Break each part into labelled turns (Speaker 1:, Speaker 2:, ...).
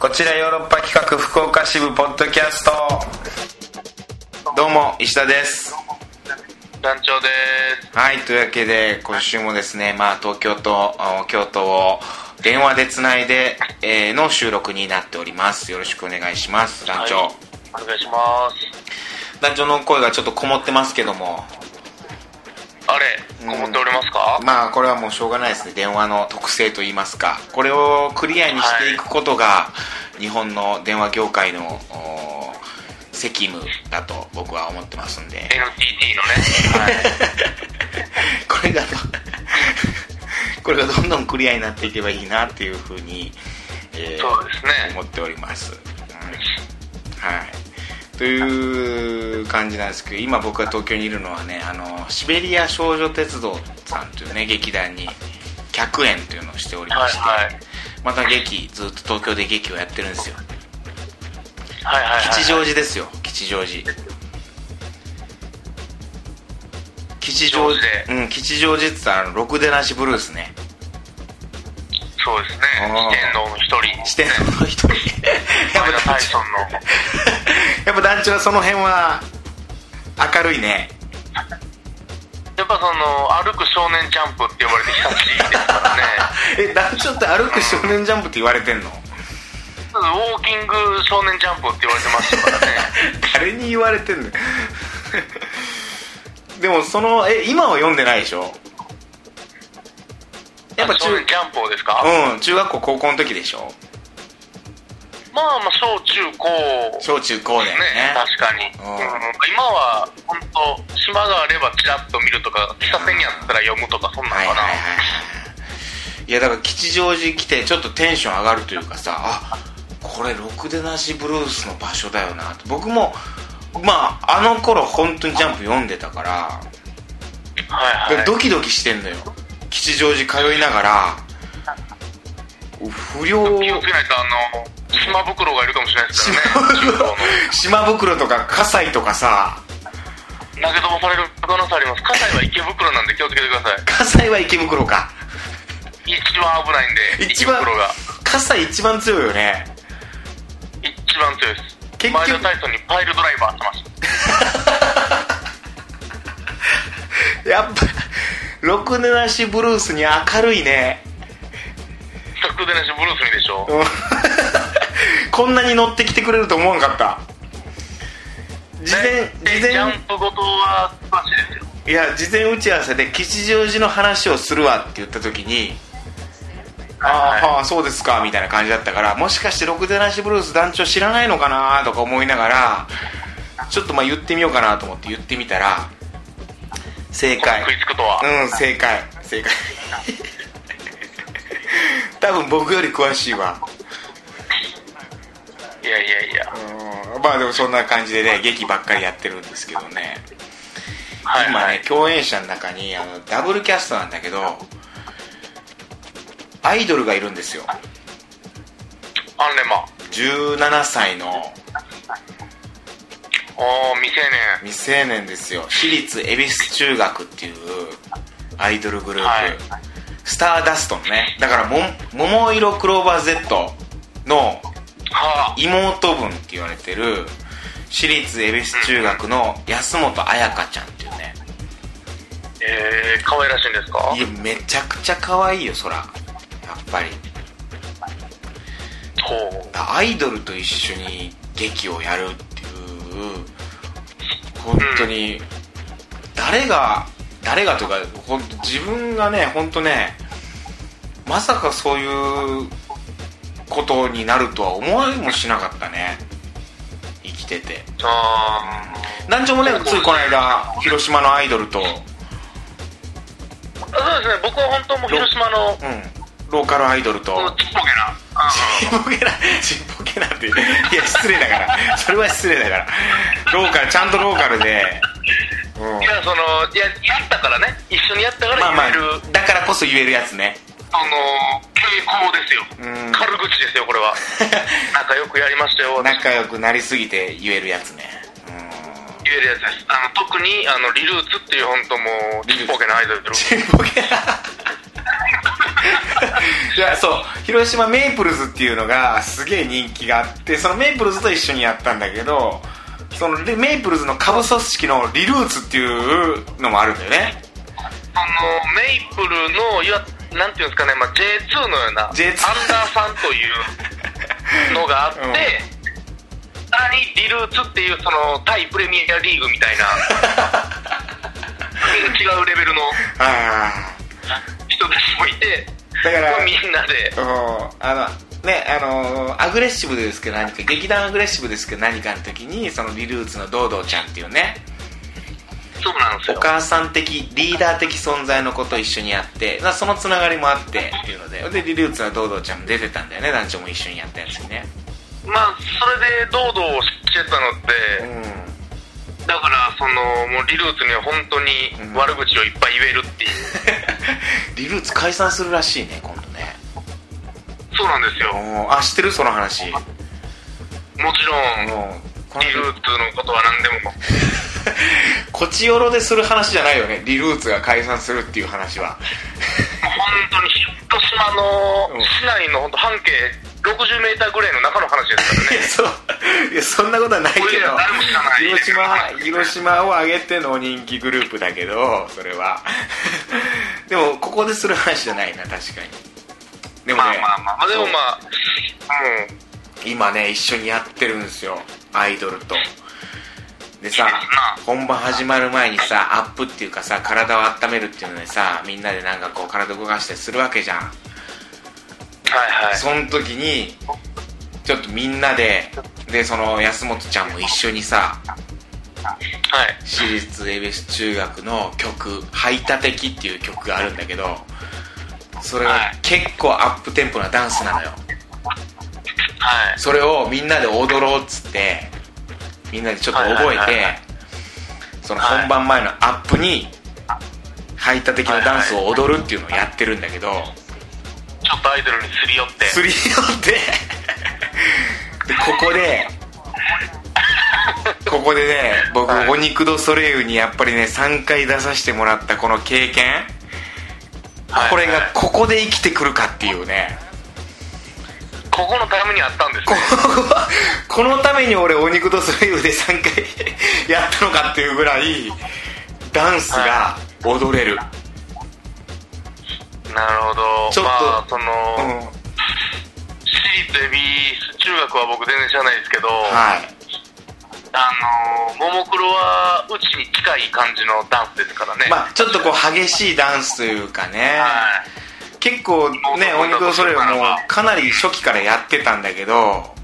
Speaker 1: こちらヨーロッパ企画福岡支部ポッドキャストどうも石田です
Speaker 2: 団長で
Speaker 1: はいというわけで今週もですね、まあ、東京とあ京都を電話でつないで、えーの収録になっておりますよろしくお願いします団
Speaker 2: す
Speaker 1: 長、
Speaker 2: はい、お願いします
Speaker 1: 団長の声がちょっとこもってますけども
Speaker 2: あれこもっておりますか、
Speaker 1: まあこれはもうしょうがないですね電話の特性といいますかこれをクリアにしていくことが日本の電話業界のお責務だと僕は思ってますんで
Speaker 2: NTT のね
Speaker 1: これがどこれがどんどんクリアになっていけばいいなっていうふうに、えー
Speaker 2: そうですね
Speaker 1: 思っております、うんはいという感じなんですけど今僕が東京にいるのはねあのシベリア少女鉄道さんというね劇団に100円というのをしておりま
Speaker 2: はい
Speaker 1: して、
Speaker 2: はい
Speaker 1: また劇ずっと東京で劇をやってるんですよ
Speaker 2: はいはいはい
Speaker 1: 吉祥寺ですよ吉祥寺吉祥
Speaker 2: 吉祥
Speaker 1: 寺うん吉祥寺って言ったらあのろくでなしブルースね
Speaker 2: そうですね
Speaker 1: あー
Speaker 2: 四天王の一人
Speaker 1: 四天王の一 人や
Speaker 2: 前田
Speaker 1: っぱ団
Speaker 2: 大
Speaker 1: 長
Speaker 2: 尊の
Speaker 1: やっぱ団長はその辺は明るいね
Speaker 2: やっぱその歩く少年ジャンプって呼ばれてきたしですからね
Speaker 1: え団長って歩く少年ジャンプって言われてんの
Speaker 2: ウォーキング少年ジャンプって言われてましたからね
Speaker 1: 誰に言われてんの でもそのえ今は読んでないでしょやっぱ
Speaker 2: あ少
Speaker 1: 中
Speaker 2: 年ジャンプをですか、
Speaker 1: うん中学校高校の時でしょ
Speaker 2: まあまあ小中高
Speaker 1: 小中高年ね
Speaker 2: ね確かに、
Speaker 1: うん
Speaker 2: うん今は本当島があればちらっと見るとか喫茶店にあったら読むとかそんな
Speaker 1: はい
Speaker 2: の
Speaker 1: は
Speaker 2: か
Speaker 1: い
Speaker 2: な、
Speaker 1: はいはいいやだから吉祥寺来てちょっとテンション上がるというかさあこれろくでなしブルースの場所だよなと僕もまああの頃本当にジャンプ読んでたから
Speaker 2: はいはい
Speaker 1: ドキドキしてんのよ吉祥寺通いながら不良
Speaker 2: 気をつけないとあの島袋がいるかもしれないですからね中高の
Speaker 1: 島袋とか葛西とかさ
Speaker 2: 投げ飛ばされる可能性あります葛西は池袋なんで気をつけてください
Speaker 1: 葛西は池袋か
Speaker 2: 一番危ないんで
Speaker 1: 一
Speaker 2: 池
Speaker 1: 番
Speaker 2: 袋が
Speaker 1: 葛西一番強いよね
Speaker 2: 一番強いです
Speaker 1: 結局
Speaker 2: 前田大尊にパイルドライバーしてました
Speaker 1: やっぱろくでなしブルースに明るいね
Speaker 2: タクデネシブルースにでしょ
Speaker 1: うんこんな に乗ってきてくれると思わんかった事前
Speaker 2: ね
Speaker 1: 事
Speaker 2: でジャ
Speaker 1: 前
Speaker 2: ンプごとは素晴らしいですよ
Speaker 1: いや事前打ち合わせで吉祥寺の話をするわって言った時に
Speaker 2: はい
Speaker 1: ああそうですかみたいな感じだったからもしかして「ろくでなしブルース団長知らないのかな?」とか思いながらちょっとまあ言ってみようかなと思って言ってみたら正解
Speaker 2: 食いつくとは、
Speaker 1: うん正解正解 多分僕より詳しいわ
Speaker 2: いやいやいや
Speaker 1: うんまあでもそんな感じでね劇ばっかりやってるんですけどね
Speaker 2: はい
Speaker 1: 今
Speaker 2: は
Speaker 1: ね
Speaker 2: い
Speaker 1: 共演者の中にあのダブルキャストなんだけどアイドルがいるんですよ
Speaker 2: アンレマ
Speaker 1: 17歳の
Speaker 2: おお未成年
Speaker 1: 未成年ですよ私立恵比寿中学っていうアイドルグループ、
Speaker 2: はい
Speaker 1: スターダストのねだからも桃色クローバー Z の
Speaker 2: はあ
Speaker 1: 妹分って言われてる私立恵比寿中学の安本彩香ちゃんっていうね
Speaker 2: えー、可愛らしいんですか
Speaker 1: いやめちゃくちゃ可愛いよそらやっぱり
Speaker 2: ほう
Speaker 1: アイドルと一緒に劇をやるっていう本当に誰が誰がというかほんと自分がね本当ねまさかそういうことになるとは思いもしなかったね生きてて
Speaker 2: あ
Speaker 1: 団長もねついこの間広島のアイドルと、うん、
Speaker 2: ーそうですね僕は本当もう広島の
Speaker 1: ローカルアイドルと
Speaker 2: このちっぽけな
Speaker 1: ちっぽけな、ちっぽけなって、いや、失礼だから、それは失礼だから、ローカル、ちゃんとローカルで、うん
Speaker 2: うんい、やそのいややったからね一緒にやった
Speaker 1: ま
Speaker 2: から
Speaker 1: あま
Speaker 2: 言
Speaker 1: あ
Speaker 2: える、、
Speaker 1: だからこそ言えるやつね、
Speaker 2: その傾向ですよ
Speaker 1: うん
Speaker 2: 軽口ですよこれ は仲良くやりましたよ私
Speaker 1: 仲良くなりすぎて言えるやつね、うん
Speaker 2: 言えるやつですあの特にあのリルーツっていう本当もうちっぽけなアイドル
Speaker 1: ちっぽけな、いやそう広島メイプルズっていうのがすげえ人気があってそのメイプルズと一緒にやったんだけどそのでメイプルズの下部組織のリルーツっていうのもあるんだよね
Speaker 2: あのメイプルのいわなんていうんですかね、まあ、J2 のような
Speaker 1: J2
Speaker 2: アンダーさんというのがあって、
Speaker 1: うん
Speaker 2: さらにリルーツっていうその対プレミアリーグみたいな違うレベルの
Speaker 1: ああ
Speaker 2: 人たちもいて
Speaker 1: だから
Speaker 2: みんなで
Speaker 1: うんあのねあのアグレッシブですけど何か劇団アグレッシブですけど何かの時にそのリルーツの堂々ちゃんっていうね
Speaker 2: そうなんです
Speaker 1: お
Speaker 2: よ
Speaker 1: 母さん的リーダー的存在の子と一緒にやってだからそのつながりもあってっていうのででリルーツの堂々ちゃんも出てたんだよね団長も一緒にやったやつにね
Speaker 2: まあそれで堂々してたの
Speaker 1: う
Speaker 2: で
Speaker 1: ん
Speaker 2: だからそのもうリルーツには本当に悪口をいっぱい言えるってい
Speaker 1: リ
Speaker 2: う、
Speaker 1: ルーツ解散するらしいね今度ね
Speaker 2: そうなんですよ
Speaker 1: おーあ知ってるその話も
Speaker 2: もちろ
Speaker 1: うんこ
Speaker 2: リルー
Speaker 1: の
Speaker 2: ツのことは何でも
Speaker 1: こちよろでする話じゃないよねリルーツが解散するっていう話は
Speaker 2: 本当に広島の
Speaker 1: うん
Speaker 2: 市内の本当半径60メーターぐらいの中の話ですから
Speaker 1: いやそう
Speaker 2: ね
Speaker 1: いやそんなことはないけど
Speaker 2: 俺ら誰も知らない
Speaker 1: 広島広島を挙げての人気グループだけどそれはでもここでする話じゃないな確かにでも
Speaker 2: まあ
Speaker 1: ね、
Speaker 2: まあまあまあでもまあもう
Speaker 1: 今ね一緒にやってるんですよアイドルとでさ
Speaker 2: いいですな
Speaker 1: 本番始まる前にさアップっていうかさ体を温めるっていうのでさみんなでなんかこう体動かしたりするわけじゃん
Speaker 2: はいはい
Speaker 1: その時にちょっとみんなででその安本ちゃんも一緒にさ
Speaker 2: はい
Speaker 1: 私立恵比寿中学の曲「排他的」っていう曲があるんだけどそれ
Speaker 2: は
Speaker 1: が
Speaker 2: い
Speaker 1: 結構アップテンポなダンスなのよ
Speaker 2: はい
Speaker 1: それをみんなで踊ろうっつってみんなでちょっと覚え
Speaker 2: はいはいはいは
Speaker 1: てその本番前のアップに排他的なダンスを踊るっていうのをやってるんだけど
Speaker 2: ちょっとアイドルにすり寄って
Speaker 1: すり寄 ってでここでここでね僕
Speaker 2: は
Speaker 1: 「
Speaker 2: い
Speaker 1: お肉ドソレイユ」にやっぱりね3回出させてもらったこの経験
Speaker 2: はい
Speaker 1: これがここで生きてくるかっていうね
Speaker 2: ここのためにあったんです
Speaker 1: こ
Speaker 2: ね
Speaker 1: このために俺お肉とスレイブで3回やったのかっていうぐらいダンスが踊れる、
Speaker 2: なるほど
Speaker 1: ちょっと
Speaker 2: まあその、
Speaker 1: うん
Speaker 2: 私立恵比寿中学は僕全然知らないですけど、
Speaker 1: はい
Speaker 2: あのももクロはうちに近い感じのダンスですからね、
Speaker 1: まあちょっとこう激しいダンスというかね、
Speaker 2: はい
Speaker 1: 結構ねお肉とそれはもうかなり初期からやってたんだけど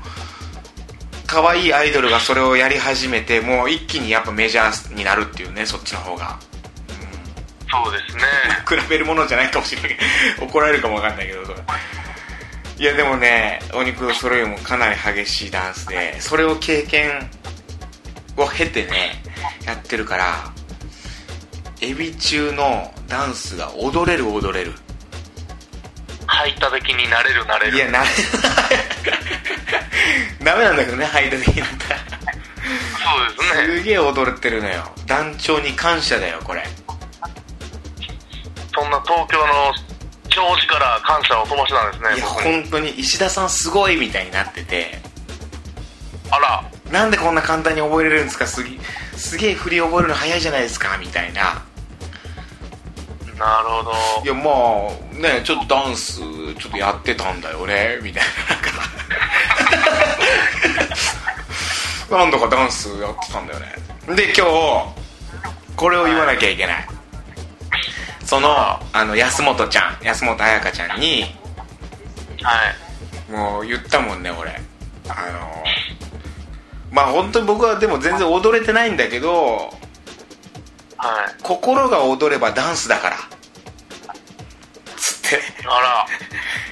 Speaker 1: 可愛いアイドルがそれをやり始めてもう一気にやっぱメジャーになるっていうねそっちの方が
Speaker 2: そうですね
Speaker 1: 比べるものじゃないかもしれない 怒られるかもわかんないけどとかいやでもねお肉を揃えもかなり激しいダンスでそれを経験を経てねやってるからエビ中のダンスが踊れる踊れる
Speaker 2: 排他的になれるなれる
Speaker 1: いやな ダメなんだけどね排他的になったら
Speaker 2: そうですね
Speaker 1: すげえ踊れてるのよ団長に感謝だよこれ
Speaker 2: そんな東京の上司から感謝を飛ばしたんです
Speaker 1: い
Speaker 2: ね
Speaker 1: や
Speaker 2: 僕に
Speaker 1: 本当に石田さんすごいみたいになってて
Speaker 2: あら
Speaker 1: なんでこんな簡単に覚えれるんですかすげすげえ振り覚えるの早いじゃないですかみたいな
Speaker 2: なるほど
Speaker 1: いやまあねちょっとダンスちょっとやってたんだよねみたいな なんかなんだかダンスやってたんだよねで今日これを言わなきゃいけないそのあの安本ちゃん安本彩香ちゃんに
Speaker 2: はい
Speaker 1: もう言ったもんね俺あのまあ本当に僕はでも全然踊れてないんだけど
Speaker 2: はい
Speaker 1: 心が踊ればダンスだからつって
Speaker 2: あら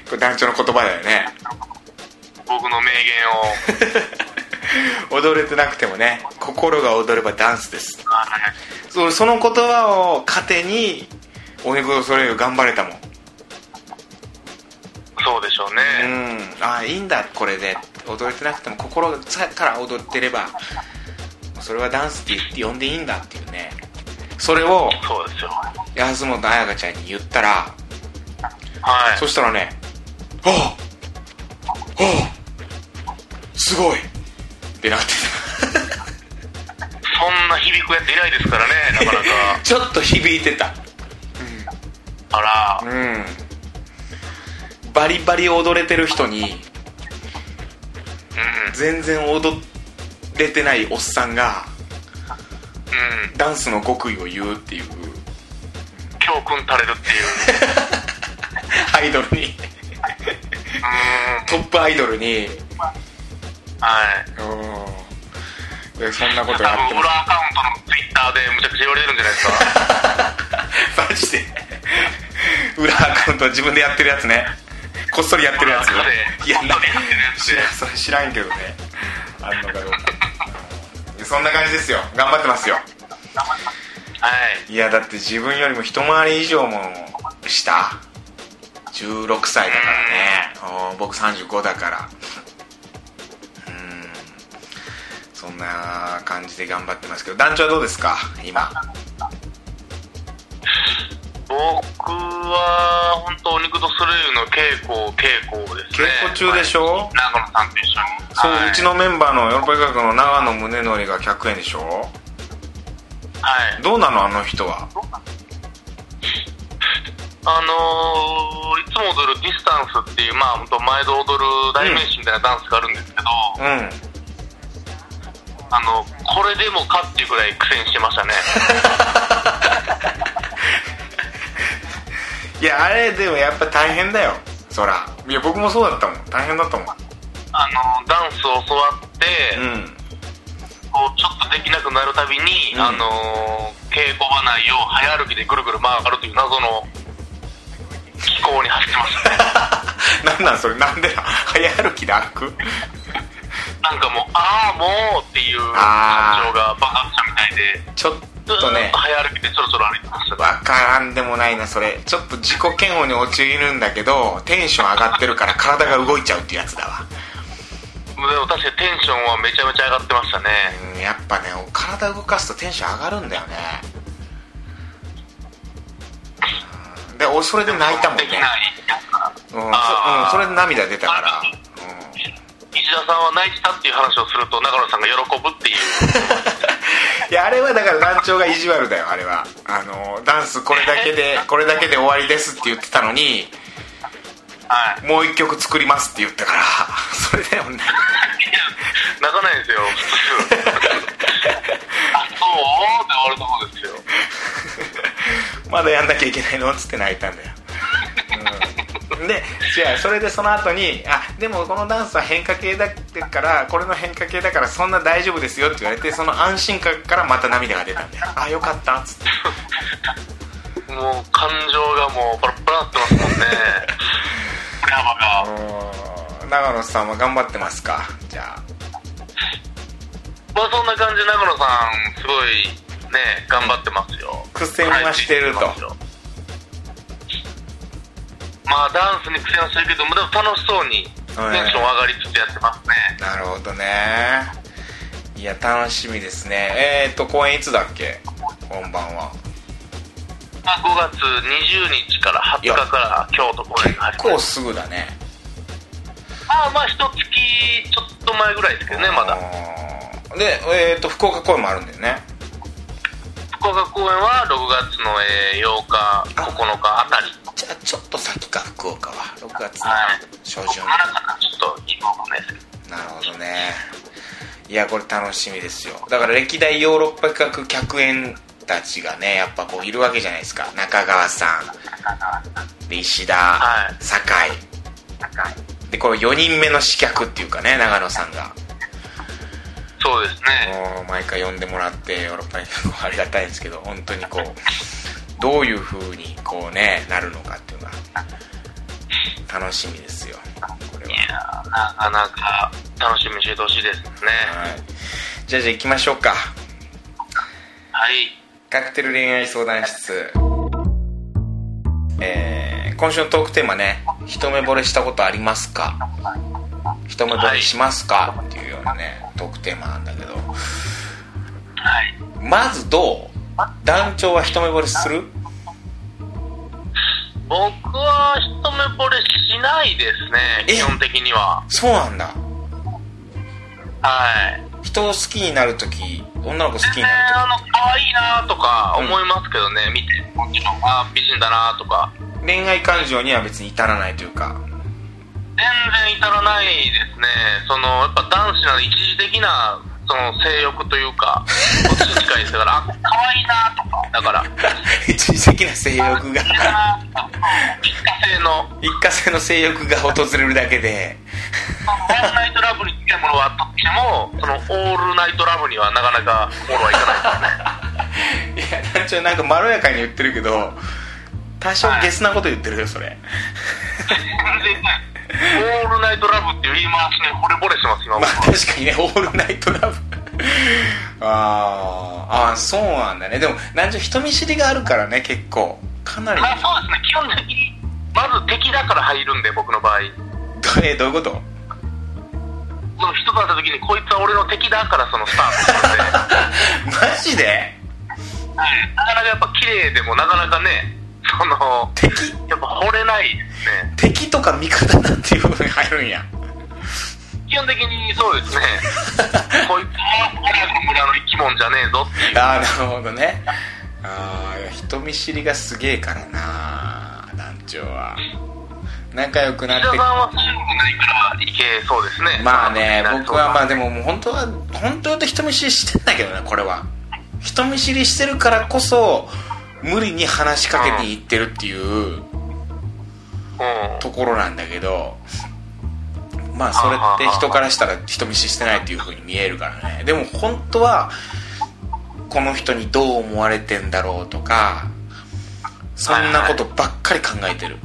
Speaker 1: これ団長の言葉だよね
Speaker 2: 僕の名言を
Speaker 1: 踊れてなくてもね心が踊ればダンスです
Speaker 2: はい
Speaker 1: そその言葉を糧にお肉をそれを頑張れたもん
Speaker 2: そうでしょうね、
Speaker 1: うんああいいんだこれで踊れてなくても心から踊ってればそれはダンスって言って呼んでいいんだっていうねそれを
Speaker 2: そうですよは
Speaker 1: 安本彩香ちゃんに言ったら
Speaker 2: いはい
Speaker 1: そしたらね「ああああすごい!」ってなって
Speaker 2: そんな響くやついないですからねなかな
Speaker 1: たちょっと響いてた
Speaker 2: かあら
Speaker 1: うんバリバリ踊れてる人に
Speaker 2: う
Speaker 1: 全然踊れてないおっさんが
Speaker 2: んうん
Speaker 1: ダンスの極意を言うっていう
Speaker 2: 教訓垂れるっていう
Speaker 1: アイドルに
Speaker 2: うーん
Speaker 1: トップアイドルにうん
Speaker 2: はい
Speaker 1: でそんな
Speaker 2: 多
Speaker 1: こと
Speaker 2: 分
Speaker 1: やって ま
Speaker 2: 裏アカウントのツイッターでむちゃくちゃ言われてるんじゃないですか
Speaker 1: すマジで裏アカウント自分でやってるやつねこっそりやってるやつ
Speaker 2: 裏アカで
Speaker 1: や
Speaker 2: こっそりやってるやつ
Speaker 1: 知らんそれ知らんけどねあんのかどうかうんそんな感じですよ頑張ってますよ
Speaker 2: はい
Speaker 1: いやだって自分よりも一回り以上も下16歳だからねおー僕35だからうんそんな感じで頑張ってますけど団長はどうですか今
Speaker 2: 僕は本当お肉とスルーの稽古稽古です
Speaker 1: 稽
Speaker 2: ね
Speaker 1: 古中でし
Speaker 2: ょ
Speaker 1: ょ、
Speaker 2: 長野さんと一緒に
Speaker 1: そう
Speaker 2: はいう
Speaker 1: ちのメンバーのヨーロッパ企画の長野宗則が100円でしょ
Speaker 2: はい
Speaker 1: どうなのあの人は
Speaker 2: あのー、いつも踊るディスタンスっていうまあ本当前で踊る代名詞みたいなダンスがあるんですけど、
Speaker 1: うん
Speaker 2: あのこれでもかっていうぐらい苦戦してましたね
Speaker 1: いやあれでもやっぱ大変だよそらいや僕もそうだったもん大変だったもん
Speaker 2: あのダンスを教わって、
Speaker 1: うん
Speaker 2: こうちょっとできなくなるたびに、
Speaker 1: うん
Speaker 2: あのー稽古場内を早歩きでぐるぐる回るという謎の気候に走ってましたね
Speaker 1: なんなんそれなんでだ早歩きで歩く
Speaker 2: なんかもうああもうっていう
Speaker 1: あー
Speaker 2: 感情が爆発したみたいで
Speaker 1: ちょっとね
Speaker 2: 早歩きでちょろちょろ歩いてました
Speaker 1: わからんでもないなそれちょっと自己嫌悪に陥るんだけどテンション上がってるから体が動いちゃうっていうやつだわ
Speaker 2: でも確かにテンションはめちゃめちゃ上がってましたね
Speaker 1: うんやっぱね体動かすとテンション上がるんだよねうんでおそれで泣いたもんね
Speaker 2: できない
Speaker 1: うんそ,、うん
Speaker 2: あー、
Speaker 1: それで涙出たから、
Speaker 2: 石田さんは泣いてたっていう話をすると長野さんが喜ぶっていう
Speaker 1: うん、いやあれはだから団長が意地悪だよあれはあのダンスこれだけでこれだけで終わりですって言ってたのに
Speaker 2: はい
Speaker 1: もう一曲作りますって言ったから それだよね
Speaker 2: いや泣かないですよ普通あそうって終わるとこですよ
Speaker 1: まだやんなきゃいけないのっつって泣いたんだよ、うん、でじゃあそれでその後に「あでもこのダンスは変化系だってからこれの変化系だからそんな大丈夫ですよ」って言われてその安心感からまた涙が出たんだよ「あよかった」っつって
Speaker 2: もう感情がもうバラバラに なってますもんねやば
Speaker 1: あ
Speaker 2: か
Speaker 1: のー長野さんは頑張ってますかじゃあ
Speaker 2: まあそんな感じで長野さんすごいね頑張ってますよ
Speaker 1: 苦戦はしてると
Speaker 2: まあダンスに苦戦はしてるけどでも楽しそうに
Speaker 1: はい
Speaker 2: テンション上がりつつやってますね
Speaker 1: なるほどねいや楽しみですねえっ、ー、と公演いつだっけ本番は
Speaker 2: まあ5月20日から20日から京都公演が始ま
Speaker 1: こう
Speaker 2: る
Speaker 1: すぐだね
Speaker 2: まあまあ一月ちょっと前ぐらいですけどねまだ
Speaker 1: あーでえっ、と福岡公演もあるんだよね
Speaker 2: 福岡公演は6月のえー8日9日あたり
Speaker 1: じゃあちょっと先か福岡は6月の
Speaker 2: はい
Speaker 1: 初
Speaker 2: ここ
Speaker 1: 旬
Speaker 2: からかなちょっと今もね
Speaker 1: なるほどねいやこれ楽しみですよだから歴代ヨーロッパ企画客演たちがねやっぱこういるわけじゃないですか中川さんで石田、
Speaker 2: はい
Speaker 1: 酒井でこれ4人目の刺客っていうかね長野さんが
Speaker 2: そうですね
Speaker 1: もう毎回呼んでもらってヨーロッパ企画ありがたいんですけど本当にこうどういう風にこうねなるのかっていうのが楽しみですよこれ
Speaker 2: い
Speaker 1: は。
Speaker 2: やーなかなか楽しみにしててほしいですね
Speaker 1: はい、じゃあじゃあ行きましょうか
Speaker 2: はい
Speaker 1: カクテル恋愛相談室えー、今週のトークテーマね一目惚れしたことありますか一目惚れしますか、っていうようなねトークテーマなんだけど
Speaker 2: はい
Speaker 1: まずどう団長は一目惚れする
Speaker 2: 僕は一目惚れしないですね
Speaker 1: え
Speaker 2: 基本的には
Speaker 1: そうなんだ
Speaker 2: はい
Speaker 1: 人を好きになるとき女の子好きに
Speaker 2: ね
Speaker 1: な
Speaker 2: あ
Speaker 1: る
Speaker 2: の可愛いなとか思いますけどね、見てもちろんあ美人だなとか
Speaker 1: とき恋愛感情には別に至らないという か
Speaker 2: 全然至らないですねそのやっぱ男子の一時的なその性欲という かこっちに近いですからあ可愛いなとかだから
Speaker 1: 一時的な性欲が
Speaker 2: あ一過性の
Speaker 1: 一過性の性欲が訪れるだけで
Speaker 2: ワンナイトラブに近いものはあったとしてもそのオールナイトラブにはなかなかものはいかないですね
Speaker 1: いや団長なんかまろやかに言ってるけど多少ゲスなこと言ってるよそれ
Speaker 2: 全然オールナイトラブっていう言い回しに惚れ惚れしてます今僕
Speaker 1: まあ
Speaker 2: は
Speaker 1: 確かにねオールナイトラブ あーあーそうなんだねでも団長人見知りがあるからね結構か なり
Speaker 2: まあそうですね基本的にまず敵だから入るんで僕の場合
Speaker 1: どえどういうこと
Speaker 2: その人と会った時にこいつは俺の敵だからそのスタートするんで
Speaker 1: マジで
Speaker 2: なかなかやっぱ綺麗でもなかなかねその
Speaker 1: 敵
Speaker 2: やっぱ惚れないですね
Speaker 1: 敵とか味方なんていうことに入るんや
Speaker 2: 基本的にそ うですねこいつは俺らの村の生き物じゃねえぞっていう
Speaker 1: ああなるほどねああ人見知りがすげえからな団長は仲良くなっ
Speaker 2: 石田さ
Speaker 1: て
Speaker 2: んは強くないからいけそうですね
Speaker 1: まあね僕はまあ
Speaker 2: あ
Speaker 1: でももう本当は本当は人見知りしてんだけどねこれは人見知りしてるからこそ無理に話しかけに行ってるっていう
Speaker 2: うん
Speaker 1: ところなんだけどまあそれって人からしたら人見知りしてないっていう風に見えるからねでも本当はこの人にどう思われてんだろうとかそんなことばっかり考えてる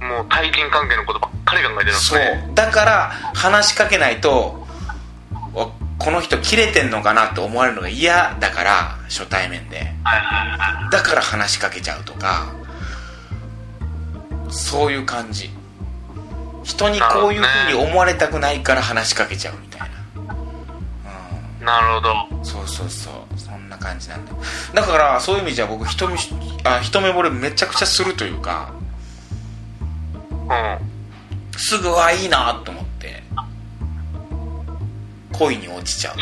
Speaker 2: もう対人関係のことばっかり考えてるんです
Speaker 1: そう
Speaker 2: ね
Speaker 1: だから話しかけないとおこの人切れてんのかなって思われるのが嫌だから初対面で
Speaker 2: はいはいはい
Speaker 1: だから話しかけちゃうとかそういう感じ人にこういうふうに思われたくないから話しかけちゃうみたいな、うん、
Speaker 2: なるほど
Speaker 1: そうそうそうそんな感じなんだだからそういう意味じゃ僕人見しあ一目惚れめちゃくちゃするというか
Speaker 2: うん
Speaker 1: すぐはいいなと思って恋に落ちちゃう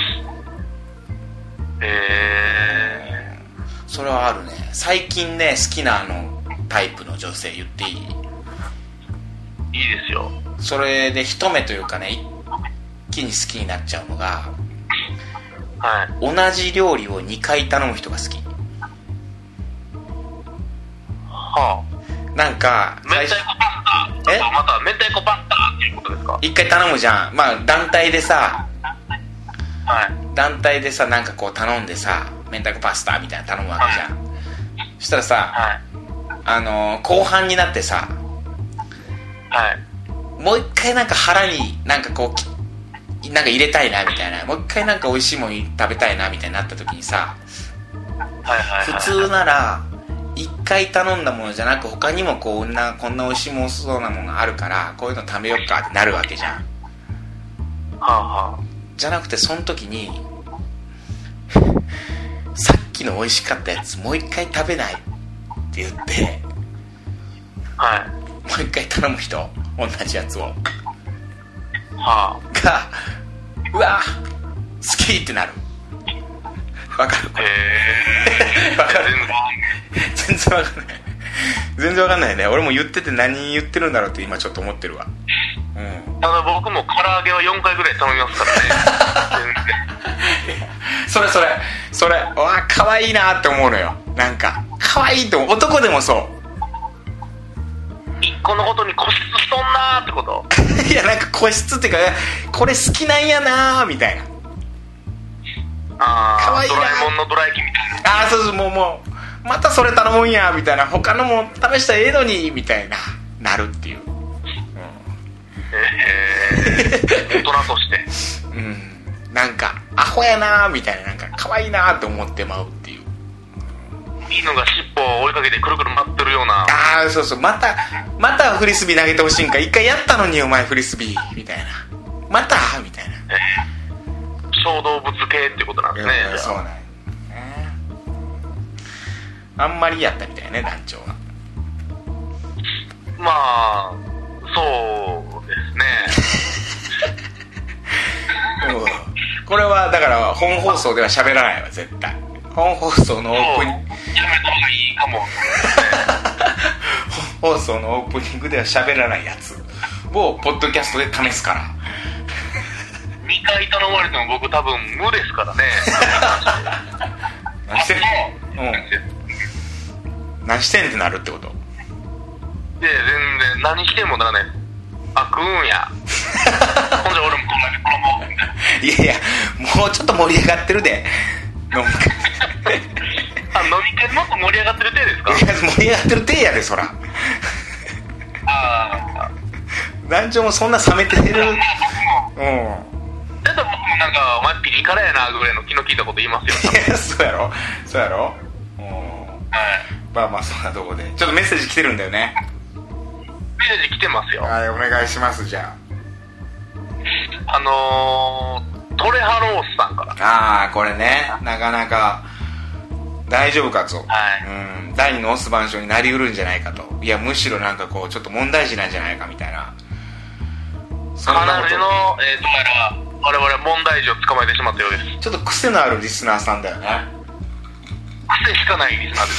Speaker 2: え
Speaker 1: それはあるね最近ね好きなあのタイプの女性言っていい
Speaker 2: ー、いいですよ
Speaker 1: それで一目というかね一気に好きになっちゃうのが
Speaker 2: はい
Speaker 1: 同じ料理を2回頼む人が好き
Speaker 2: はあ
Speaker 1: なんか
Speaker 2: 明太子パスタ
Speaker 1: え
Speaker 2: あとまた明太子パスタっていうことですか
Speaker 1: 1回頼むじゃんまあ団体でさ
Speaker 2: はい
Speaker 1: 団体でさなんかこう頼んでさ明太子パスタみたいなの頼むわけじゃんそしたらさ
Speaker 2: はい
Speaker 1: あのー後半になってさ
Speaker 2: はい
Speaker 1: もう一回なんか腹になんかこうきなんか入れたいなみたいなもう一回なんか美味しいもん食べたいなみたいになった時にさ
Speaker 2: はいはい
Speaker 1: 普
Speaker 2: はい
Speaker 1: 通なら一回頼んだものじゃなく他にもこうなこんな美味しいもんそうなものあるからこういうの食べよっかってなるわけじゃん
Speaker 2: はあは
Speaker 1: じゃなくてその時に さっきの美味しかったやつもう一回食べないって言っても
Speaker 2: あはいう
Speaker 1: 一回頼む人同じやつを
Speaker 2: は
Speaker 1: がうわ好きってなるわかる
Speaker 2: あえ
Speaker 1: わ
Speaker 2: ー、
Speaker 1: かる
Speaker 2: 全
Speaker 1: 全
Speaker 2: 然
Speaker 1: 然わかんない全然わかんないね俺も言ってて何言ってるんだろうって今ちょっと思ってるわうん
Speaker 2: ただ僕も唐揚げは4回ぐらい頼みます からね全
Speaker 1: それそれそれうわ可愛いなって思うのよなんか可愛いと思う男でもそ
Speaker 2: 然一個のことに固執しとんなーってこと
Speaker 1: う いやなんか個室っていうかこれ好きなんやなーみたいな
Speaker 2: あ
Speaker 1: かわ
Speaker 2: あ
Speaker 1: いい
Speaker 2: ド
Speaker 1: な
Speaker 2: ラえもんのドラ焼きみたいな
Speaker 1: ああそうそうもうもうまたそれ頼むんやみたいな他のも試したらええのにみたいななるっていう
Speaker 2: えー、大人として
Speaker 1: うんなんかアホやなーみたいななんか可愛いなーって思ってまうっていう
Speaker 2: 犬が尻尾を追いかけてくるくる待ってるような
Speaker 1: ああそうそうまたまたフリスビー投げてほしいんか一回やったのにお前フリスビーみたいなまたみたいな
Speaker 2: 小動物系ってことなんですね
Speaker 1: そうなんやねあんまりやったみたいね団長は
Speaker 2: まあ、そうですね。
Speaker 1: うんこれはだから本放送では喋らないわ絶対本放送のオー
Speaker 2: もう、
Speaker 1: プニ
Speaker 2: や
Speaker 1: ング
Speaker 2: めた方がいいかも。
Speaker 1: 本放送のオープニングでは喋らないやつをポッドキャストで試すから
Speaker 2: 2回頼まれても僕多分無ですから ね。
Speaker 1: 何してん
Speaker 2: あ
Speaker 1: の、うん、何してんってなるってこと
Speaker 2: いや、全然、何してもだからね、あ、食うん や。ほんじゃ俺もこんだけ衣をみたいない
Speaker 1: やいやもうちょっと盛り上がってるで飲む
Speaker 2: あ、飲み会もっと盛り上がってる手ですか
Speaker 1: いや盛り上がってるてやでそら
Speaker 2: ああ。
Speaker 1: 団長もそんな冷めて る
Speaker 2: まあ僕も、
Speaker 1: うんい
Speaker 2: だと僕もなんか、お前ピリ辛やなぐらいの気の利いたこと言いますよ。
Speaker 1: やそうやろそうやろうん
Speaker 2: はい。
Speaker 1: まあまあそんなとこでちょっとメッセージ来てるんだよね
Speaker 2: メッセージ来てますよ。
Speaker 1: はいお願いしますじゃ
Speaker 2: あのー、トレハロースさんから。
Speaker 1: ああーこれねなかなか大丈夫かと、
Speaker 2: はい
Speaker 1: うん、第二のオス番所になりうるんじゃないかといやむしろなんかこうちょっと問題児なんじゃないかみたいなそん
Speaker 2: か
Speaker 1: な
Speaker 2: な
Speaker 1: こ
Speaker 2: りの、えー、とやら、我々問題児を捕まえてしまったようです。
Speaker 1: とちょっと癖のあるリスナーさんだよね
Speaker 2: 癖しかないリスナーで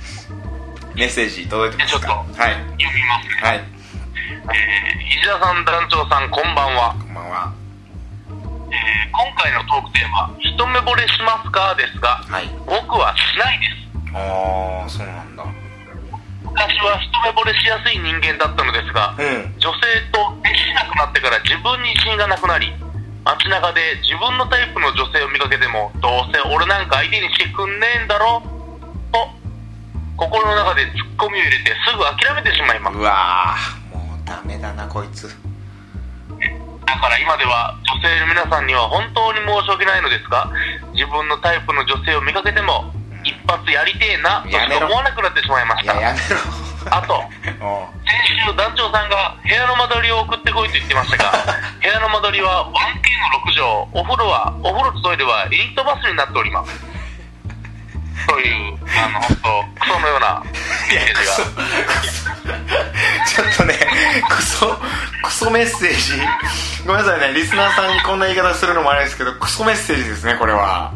Speaker 2: す。
Speaker 1: メッセージ届いてますか
Speaker 2: ちょっと
Speaker 1: はい
Speaker 2: 読みますね。
Speaker 1: はい
Speaker 2: えー、石田さん、団長さん、こんばんは。
Speaker 1: こんばんは
Speaker 2: えー今回のトークテーマ「一目惚れしますか?」ですが
Speaker 1: はい
Speaker 2: 僕はしないです
Speaker 1: ああそうなんだ
Speaker 2: 昔は一目惚れしやすい人間だったのですが
Speaker 1: うん
Speaker 2: 女性と接しなくなってから自分に自信がなくなり街中で自分のタイプの女性を見かけてもどうせ俺なんか相手にしてくんねえんだろと心の中でツッコミを入れてすぐ諦めてしまいます
Speaker 1: うわーもうダメだなこいつ
Speaker 2: だから今では女性の皆さんには本当に申し訳ないのですが自分のタイプの女性を見かけても一発やりてえなとし
Speaker 1: やめろ
Speaker 2: か思わなくなってしまいまし
Speaker 1: い
Speaker 2: た
Speaker 1: やや
Speaker 2: あと
Speaker 1: め ろうん
Speaker 2: 先週団長さんが部屋の間取りを送ってこいと言ってましたが 部屋の間取りは 1K の6畳お風呂はお風呂とトイレはユニットバスになっておりますというあの本当クソのようなメッセージが
Speaker 1: ちょっとね、クソ、クソメッセージ。ごめんなさいね、リスナーさんにこんな言い方するのもあれですけど、クソメッセージですね、これは。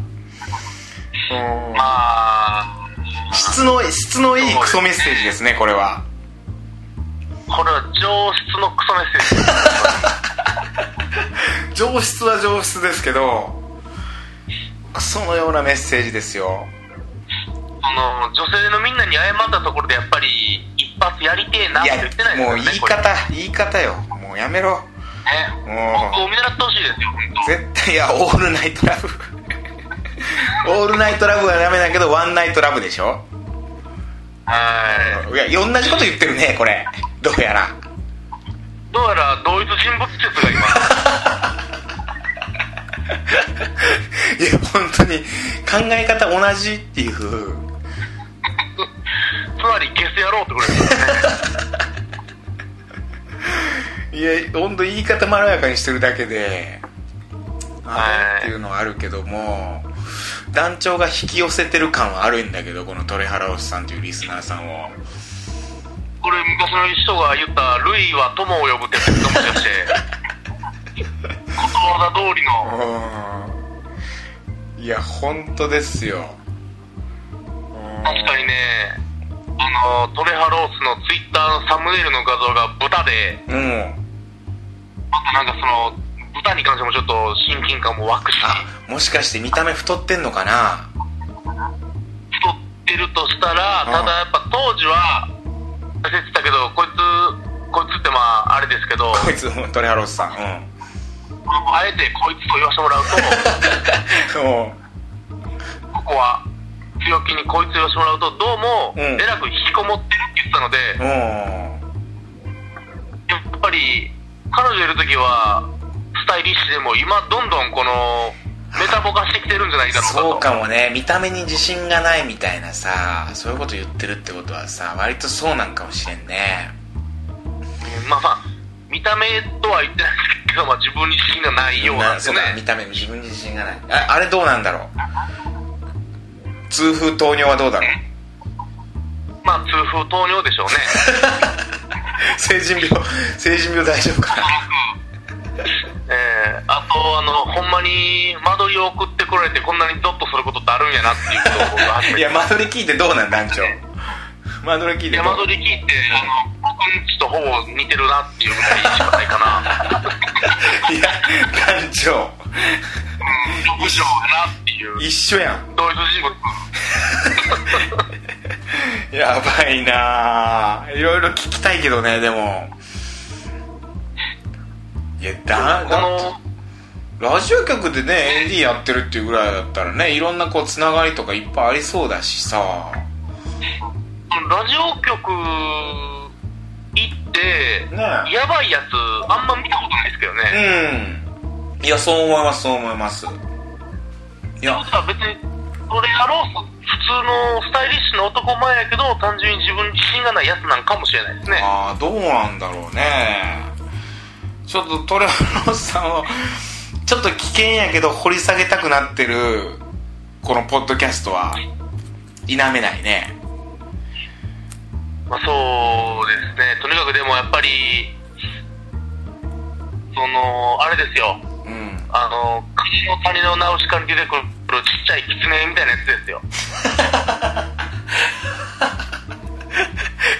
Speaker 1: うん
Speaker 2: まあ
Speaker 1: 質の、質のいいクソメッセージですね、これは。
Speaker 2: これは上質のクソメッセージです
Speaker 1: 上質は上質ですけど、クソのようなメッセージですよ。
Speaker 2: その女性のみんなに謝ったところでやっぱり一発やりてえなっ
Speaker 1: い
Speaker 2: て
Speaker 1: や
Speaker 2: 言ってない、です
Speaker 1: もう
Speaker 2: よね
Speaker 1: 言い
Speaker 2: これね
Speaker 1: 方、言い方よ。もうやめろ。もう
Speaker 2: 僕を見習ってほしいですよ本当
Speaker 1: 絶対、いや、オールナイトラブ。オールナイトラブはダメだけど、ワンナイトラブでしょ
Speaker 2: はい
Speaker 1: いや、同じこと言ってるね、これ。どうやら。
Speaker 2: どうやら同一人物説が今
Speaker 1: いや、本当に、考え方同じっていう。
Speaker 2: つまりゲス野郎ってことですよね
Speaker 1: いや、本当言い方まろやかにしてるだけで、あ
Speaker 2: はい
Speaker 1: ーっていうのはあるけども、団長が引き寄せてる感はあるんだけど、このトレハラオスさんというリスナーさんを。
Speaker 2: これ昔の人が言った「ルイは友を呼ぶ」ってやつともしかしてことわざ通りの
Speaker 1: うん。いや、本当ですよ。うん
Speaker 2: 確かにねあのトレハロースのツイッターのサムネイルの画像が豚で
Speaker 1: うん。
Speaker 2: またなんかその豚に関してもちょっと親近感も湧くし
Speaker 1: あ、もしかして見た目太ってんのかな
Speaker 2: 太ってるとしたら、
Speaker 1: うん
Speaker 2: ただやっぱ当時は、先言ってたけど、こいつ、こいつってまあ、あれですけど、
Speaker 1: こいつ、トレハラオスさん。うん。
Speaker 2: あえてこいつと言わせてもらう
Speaker 1: おう
Speaker 2: と、ここは、強気にこいつ言わせてもらうと、どうも、
Speaker 1: うん
Speaker 2: えらく引きこもってるって言ってたので、
Speaker 1: うん
Speaker 2: やっぱり、彼女いるときは、スタイリッシュでも、今どんどんこの、メタボ化してきてるんじゃないだろうかと。
Speaker 1: そうかもね見た目に自信がないみたいなさそういうこと言ってるってことはさ割とそうなんかもしれんね
Speaker 2: まあまあ、見た目とは言ってないですけど、まあ自分に自信がないようなんです
Speaker 1: そ
Speaker 2: よ
Speaker 1: う
Speaker 2: ね。
Speaker 1: だ見た目自分に自信がないああれどうなんだろう痛風糖尿はどうだろう
Speaker 2: まあ、痛風糖尿でしょうね。
Speaker 1: 成人病成人病大丈夫かな
Speaker 2: えー、あとあのほんまに間取りを送ってこられてこんなにゾッとすることってあるんやなっていうことを僕は初
Speaker 1: い
Speaker 2: め て
Speaker 1: や間取り聞いてどうなん団長間取り聞いてどう
Speaker 2: 山取り聞いてあの僕んちとほぼ似てるなっていうぐらいしかないか な
Speaker 1: いや団長
Speaker 2: うん6畳やなっていう
Speaker 1: 一緒やん
Speaker 2: 同一人物
Speaker 1: やばいなぁいろいろ聞きたいけどねでもいやだ
Speaker 2: こ
Speaker 1: だ
Speaker 2: の
Speaker 1: ラジオ局でね AD やってるっていうぐらいだったらねいろんなこうつながりとかいっぱいありそうだしさ
Speaker 2: ラジオ局行って、
Speaker 1: ねえ
Speaker 2: やばいやつあんま見たことないですけどね、
Speaker 1: うんいやそう思いますそう思いますいや
Speaker 2: ってことは別にそれやろう普通のスタイリッシュな男前やけど単純に自分に自信がないやつなんかもしれないですね
Speaker 1: ああどうなんだろうねちょっとトレハロスさんをちょっと危険やけど掘り下げたくなってるこのポッドキャストは否めないね
Speaker 2: まあ、そうですね、とにかくでもやっぱり、そのあれですよ、
Speaker 1: うん
Speaker 2: あの国の谷の直しから出てくるちっちゃい狐みたいなやつ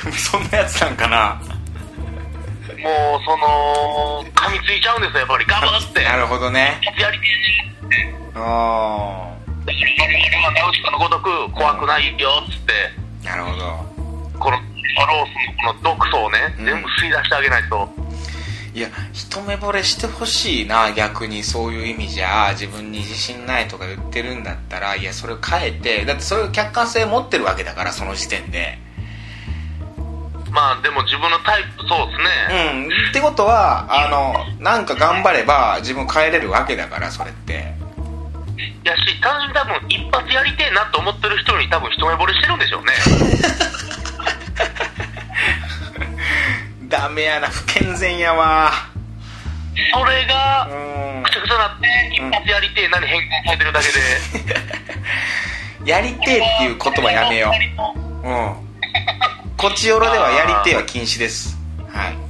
Speaker 2: ですよ、
Speaker 1: そんなやつなんかな
Speaker 2: もうその、噛みついちゃうんですよ、やっぱり、頑張って、
Speaker 1: なるほどね
Speaker 2: やりてえねって、
Speaker 1: あ
Speaker 2: だから、直しかのごとく怖くないよっつって、
Speaker 1: あなるほど
Speaker 2: このアロースのこの毒素をね、
Speaker 1: うん
Speaker 2: 全部吸い出してあげないと、
Speaker 1: いや一目惚れしてほしいな逆にそういう意味じゃ自分に自信ないとか言ってるんだったらいやそれを変えてだってそれを客観性持ってるわけだからその時点で
Speaker 2: まあでも自分のタイプ、そうですね、
Speaker 1: うん、ってことはあのなんか頑張れば自分変えれるわけだからそれって
Speaker 2: やし、単純に多分、一発やりてえなと思ってる人に、多分一目惚れしてるんでしょうね。
Speaker 1: ダメやな不健全やわ
Speaker 2: それ
Speaker 1: う
Speaker 2: が
Speaker 1: ん
Speaker 2: くちゃくちゃなって一発やりてえなに変換されてるだ けで
Speaker 1: やりてえっていう言葉やめよ ううんこちよろではやりてえは禁止ですはい
Speaker 2: うん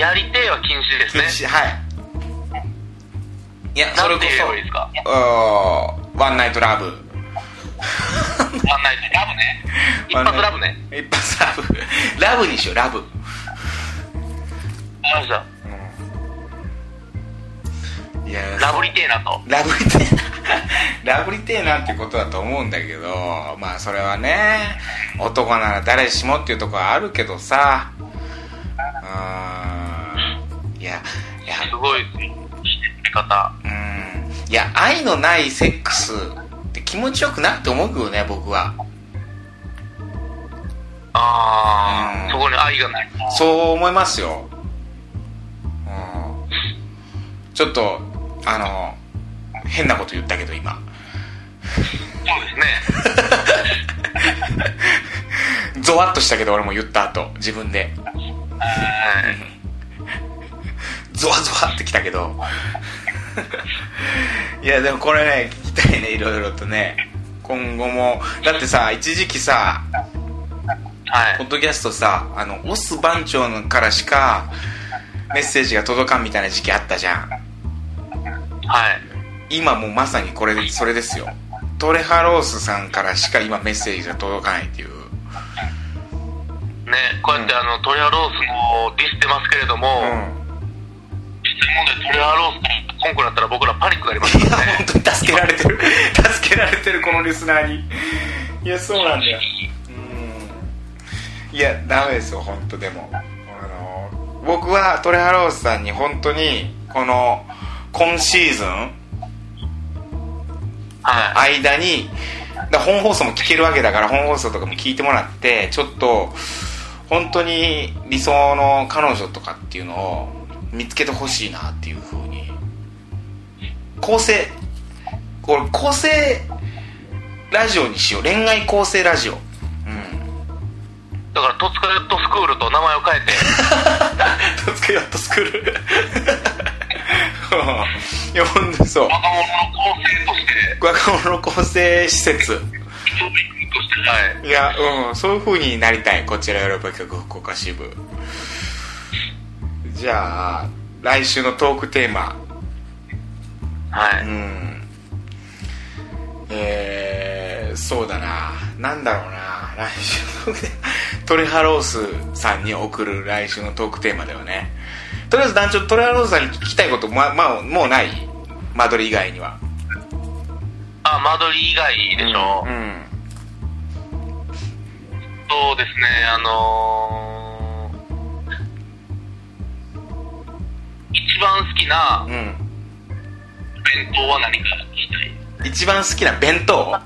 Speaker 2: やりてえは禁止です
Speaker 1: 禁止
Speaker 2: ね
Speaker 1: はいいやそ
Speaker 2: な
Speaker 1: れ
Speaker 2: ん
Speaker 1: こ
Speaker 2: て言えばいいですか
Speaker 1: そうんワンナイトラブ
Speaker 2: ワンナイトラブね一発ラブね
Speaker 1: 一発ラブラブにしようラブ
Speaker 2: ありました
Speaker 1: いや
Speaker 2: ラブりてえなと
Speaker 1: ラブリテーなラブリテーなってことだと思うんだけどまあそれはね男なら誰しもっていうところはあるけどさうーんいやいや
Speaker 2: すごいですね言い方
Speaker 1: うんいや愛のないセックスって気持ちよくないって思うけどね僕は
Speaker 2: あ
Speaker 1: うん
Speaker 2: あそこに愛がない
Speaker 1: そう思いますようんちょっとあの変なこと言ったけど今
Speaker 2: そうですね
Speaker 1: ゾワッとしたけど俺も言った後自分で
Speaker 2: はい
Speaker 1: ゾワゾワってきたけどいやでもこれね聞きたいねいろいろとね今後もだってさ一時期さ
Speaker 2: は
Speaker 1: ポ
Speaker 2: い
Speaker 1: ッドキャストさあのオス番長からしかメッセージが届かんみたいな時期あったじゃん
Speaker 2: はい
Speaker 1: 今もうまさにこれでそれですよトレハロースさんからしか今メッセージが届かないっていう
Speaker 2: ねこうやって
Speaker 1: うん
Speaker 2: あのトレアロースもディスってますけれども
Speaker 1: うん
Speaker 2: 質問でトレアロースコンクなったら僕らパニックになります
Speaker 1: い
Speaker 2: か
Speaker 1: や
Speaker 2: らね
Speaker 1: 本当に助けられてる 助けられてるこのリスナーにいやそうなんだようんいやダメですよ本当でもあの僕はトレハロースさんに本当にこの今シーズン
Speaker 2: はい
Speaker 1: 間にだ本放送も聞けるわけだから本放送とかも聞いてもらってちょっと本当に理想の彼女とかっていうのを見つけてほしいなっていうふうに構成これ構成ラジオにしよう恋愛構成ラジオうん
Speaker 2: だから、トツカヨットスクールと名前を変えて、
Speaker 1: とつけよっとスクール いや本当にそう
Speaker 2: 若者の構成として、
Speaker 1: 若者の構成施設
Speaker 2: 教育としてはい
Speaker 1: いやうんそういう風になりたいこちらヨーロッパ企画福岡支部じゃあ来週のトークテーマ
Speaker 2: は
Speaker 1: う
Speaker 2: い
Speaker 1: んえー、そうだななんだろうな来週のトークテーマトレハロースさんに送る来週のトークテーマではねとりあえず団長トレハロースさんに聞きたいことま、まあ、もうない間取り以外には
Speaker 2: あ間取り以外でしょ、
Speaker 1: うん
Speaker 2: そうですね、あのー、一番好きな
Speaker 1: うん
Speaker 2: 弁当は何か聞きたい。
Speaker 1: 一番好きな弁当
Speaker 2: はい。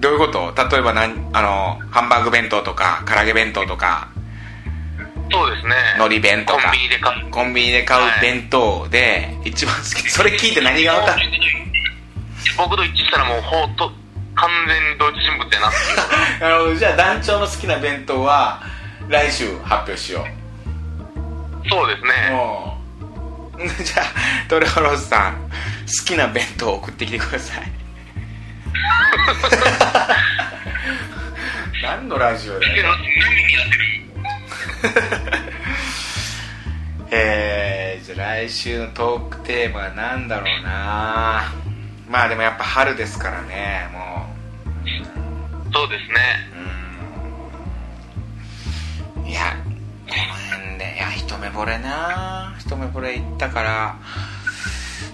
Speaker 1: どういうこと例えばなんあのハンバーグ弁当とか唐揚げ弁当とか
Speaker 2: そうですね。
Speaker 1: 海苔弁とか
Speaker 2: コンビニで買う。
Speaker 1: コンビニで買う弁当で一番好きそれ聞いて何が分かる
Speaker 2: 僕と一致したらもうほんと、完全に同一人物やなっていう。
Speaker 1: なるほどじゃあ団長の好きな弁当は来週発表しよ
Speaker 2: そうです
Speaker 1: う
Speaker 2: ね。
Speaker 1: もう じゃあトレホロスさん好きな弁当を送ってきてください 何のラジオだ
Speaker 2: け
Speaker 1: よ
Speaker 2: ど何にやってる
Speaker 1: えー、じゃあ来週のトークテーマは何だろうなまあでもやっぱ春ですからねも
Speaker 2: そうですね。
Speaker 1: ううんいやこの辺でいや一目惚れな一目惚れ行ったから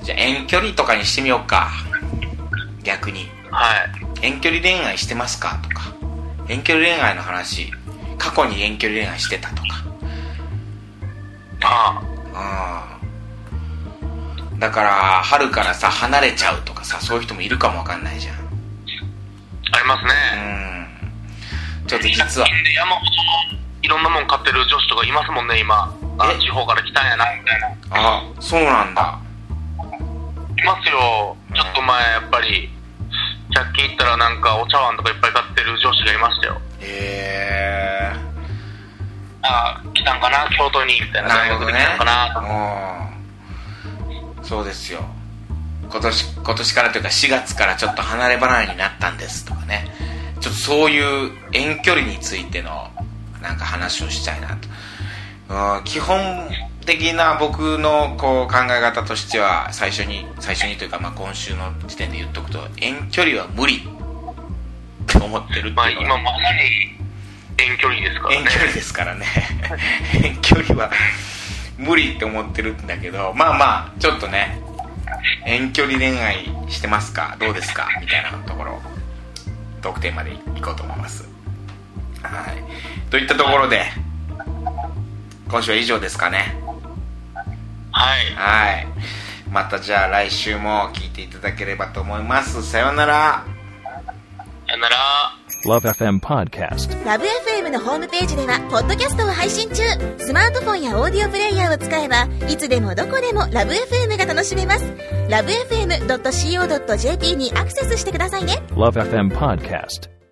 Speaker 1: じゃあ遠距離とかにしてみようか逆に
Speaker 2: はい。
Speaker 1: 遠距離恋愛してますかとか遠距離恋愛の話過去に遠距離恋愛してたとか
Speaker 2: あ
Speaker 1: うんだから春からさ離れちゃうとかさそういう人もいるかもわかんないじゃん
Speaker 2: あ、ありますね。
Speaker 1: うんちょっと実は
Speaker 2: で山ほどいろんなもん買ってる女子とかいますもんね、今。あ
Speaker 1: え
Speaker 2: 地方から来たんやな、みたいな。
Speaker 1: あそうなんだ
Speaker 2: いますよ、ちょっと前、やっぱり、100均行ったら、なんかお茶碗とかいっぱい買ってる女子がいましたよ。
Speaker 1: へえ
Speaker 2: ああ、来たんかな、京都に、みたいな、
Speaker 1: な
Speaker 2: 大
Speaker 1: るほど
Speaker 2: 学で
Speaker 1: ね
Speaker 2: 来たんかな、
Speaker 1: うんそうですよ今年今年からというか4月からちょっと離れ離れになったんですとかねちょっとそういう遠距離についてのなんか話をしたいなと、うん、基本的な僕のこう考え方としては最初に最初にというかまあ今週の時点で言っとくと遠距離は無理って思ってるっていうの
Speaker 2: ま
Speaker 1: が
Speaker 2: あ、今まさに遠距離ですから
Speaker 1: 遠
Speaker 2: ね
Speaker 1: 距。離ですからね遠距離は無理って思ってるんだけどまあまあちょっとね遠距離恋愛してますかどうですかみたいなところトークテーマでいこうと思いますはいといったところで今週は以上ですかね
Speaker 2: はい。
Speaker 1: はいまたじゃあ来週も聞いていただければと思いますさようなら
Speaker 2: さよなら。
Speaker 3: Love FM Podcast.
Speaker 4: ラブ f m のホームページではポッドキャストを配信中スマートフォンやオーディオプレイヤーを使えばいつでもどこでもラブ f m が楽しめますラブ FM.co.jp にアクセスしてくださいね
Speaker 3: Love FM Podcast.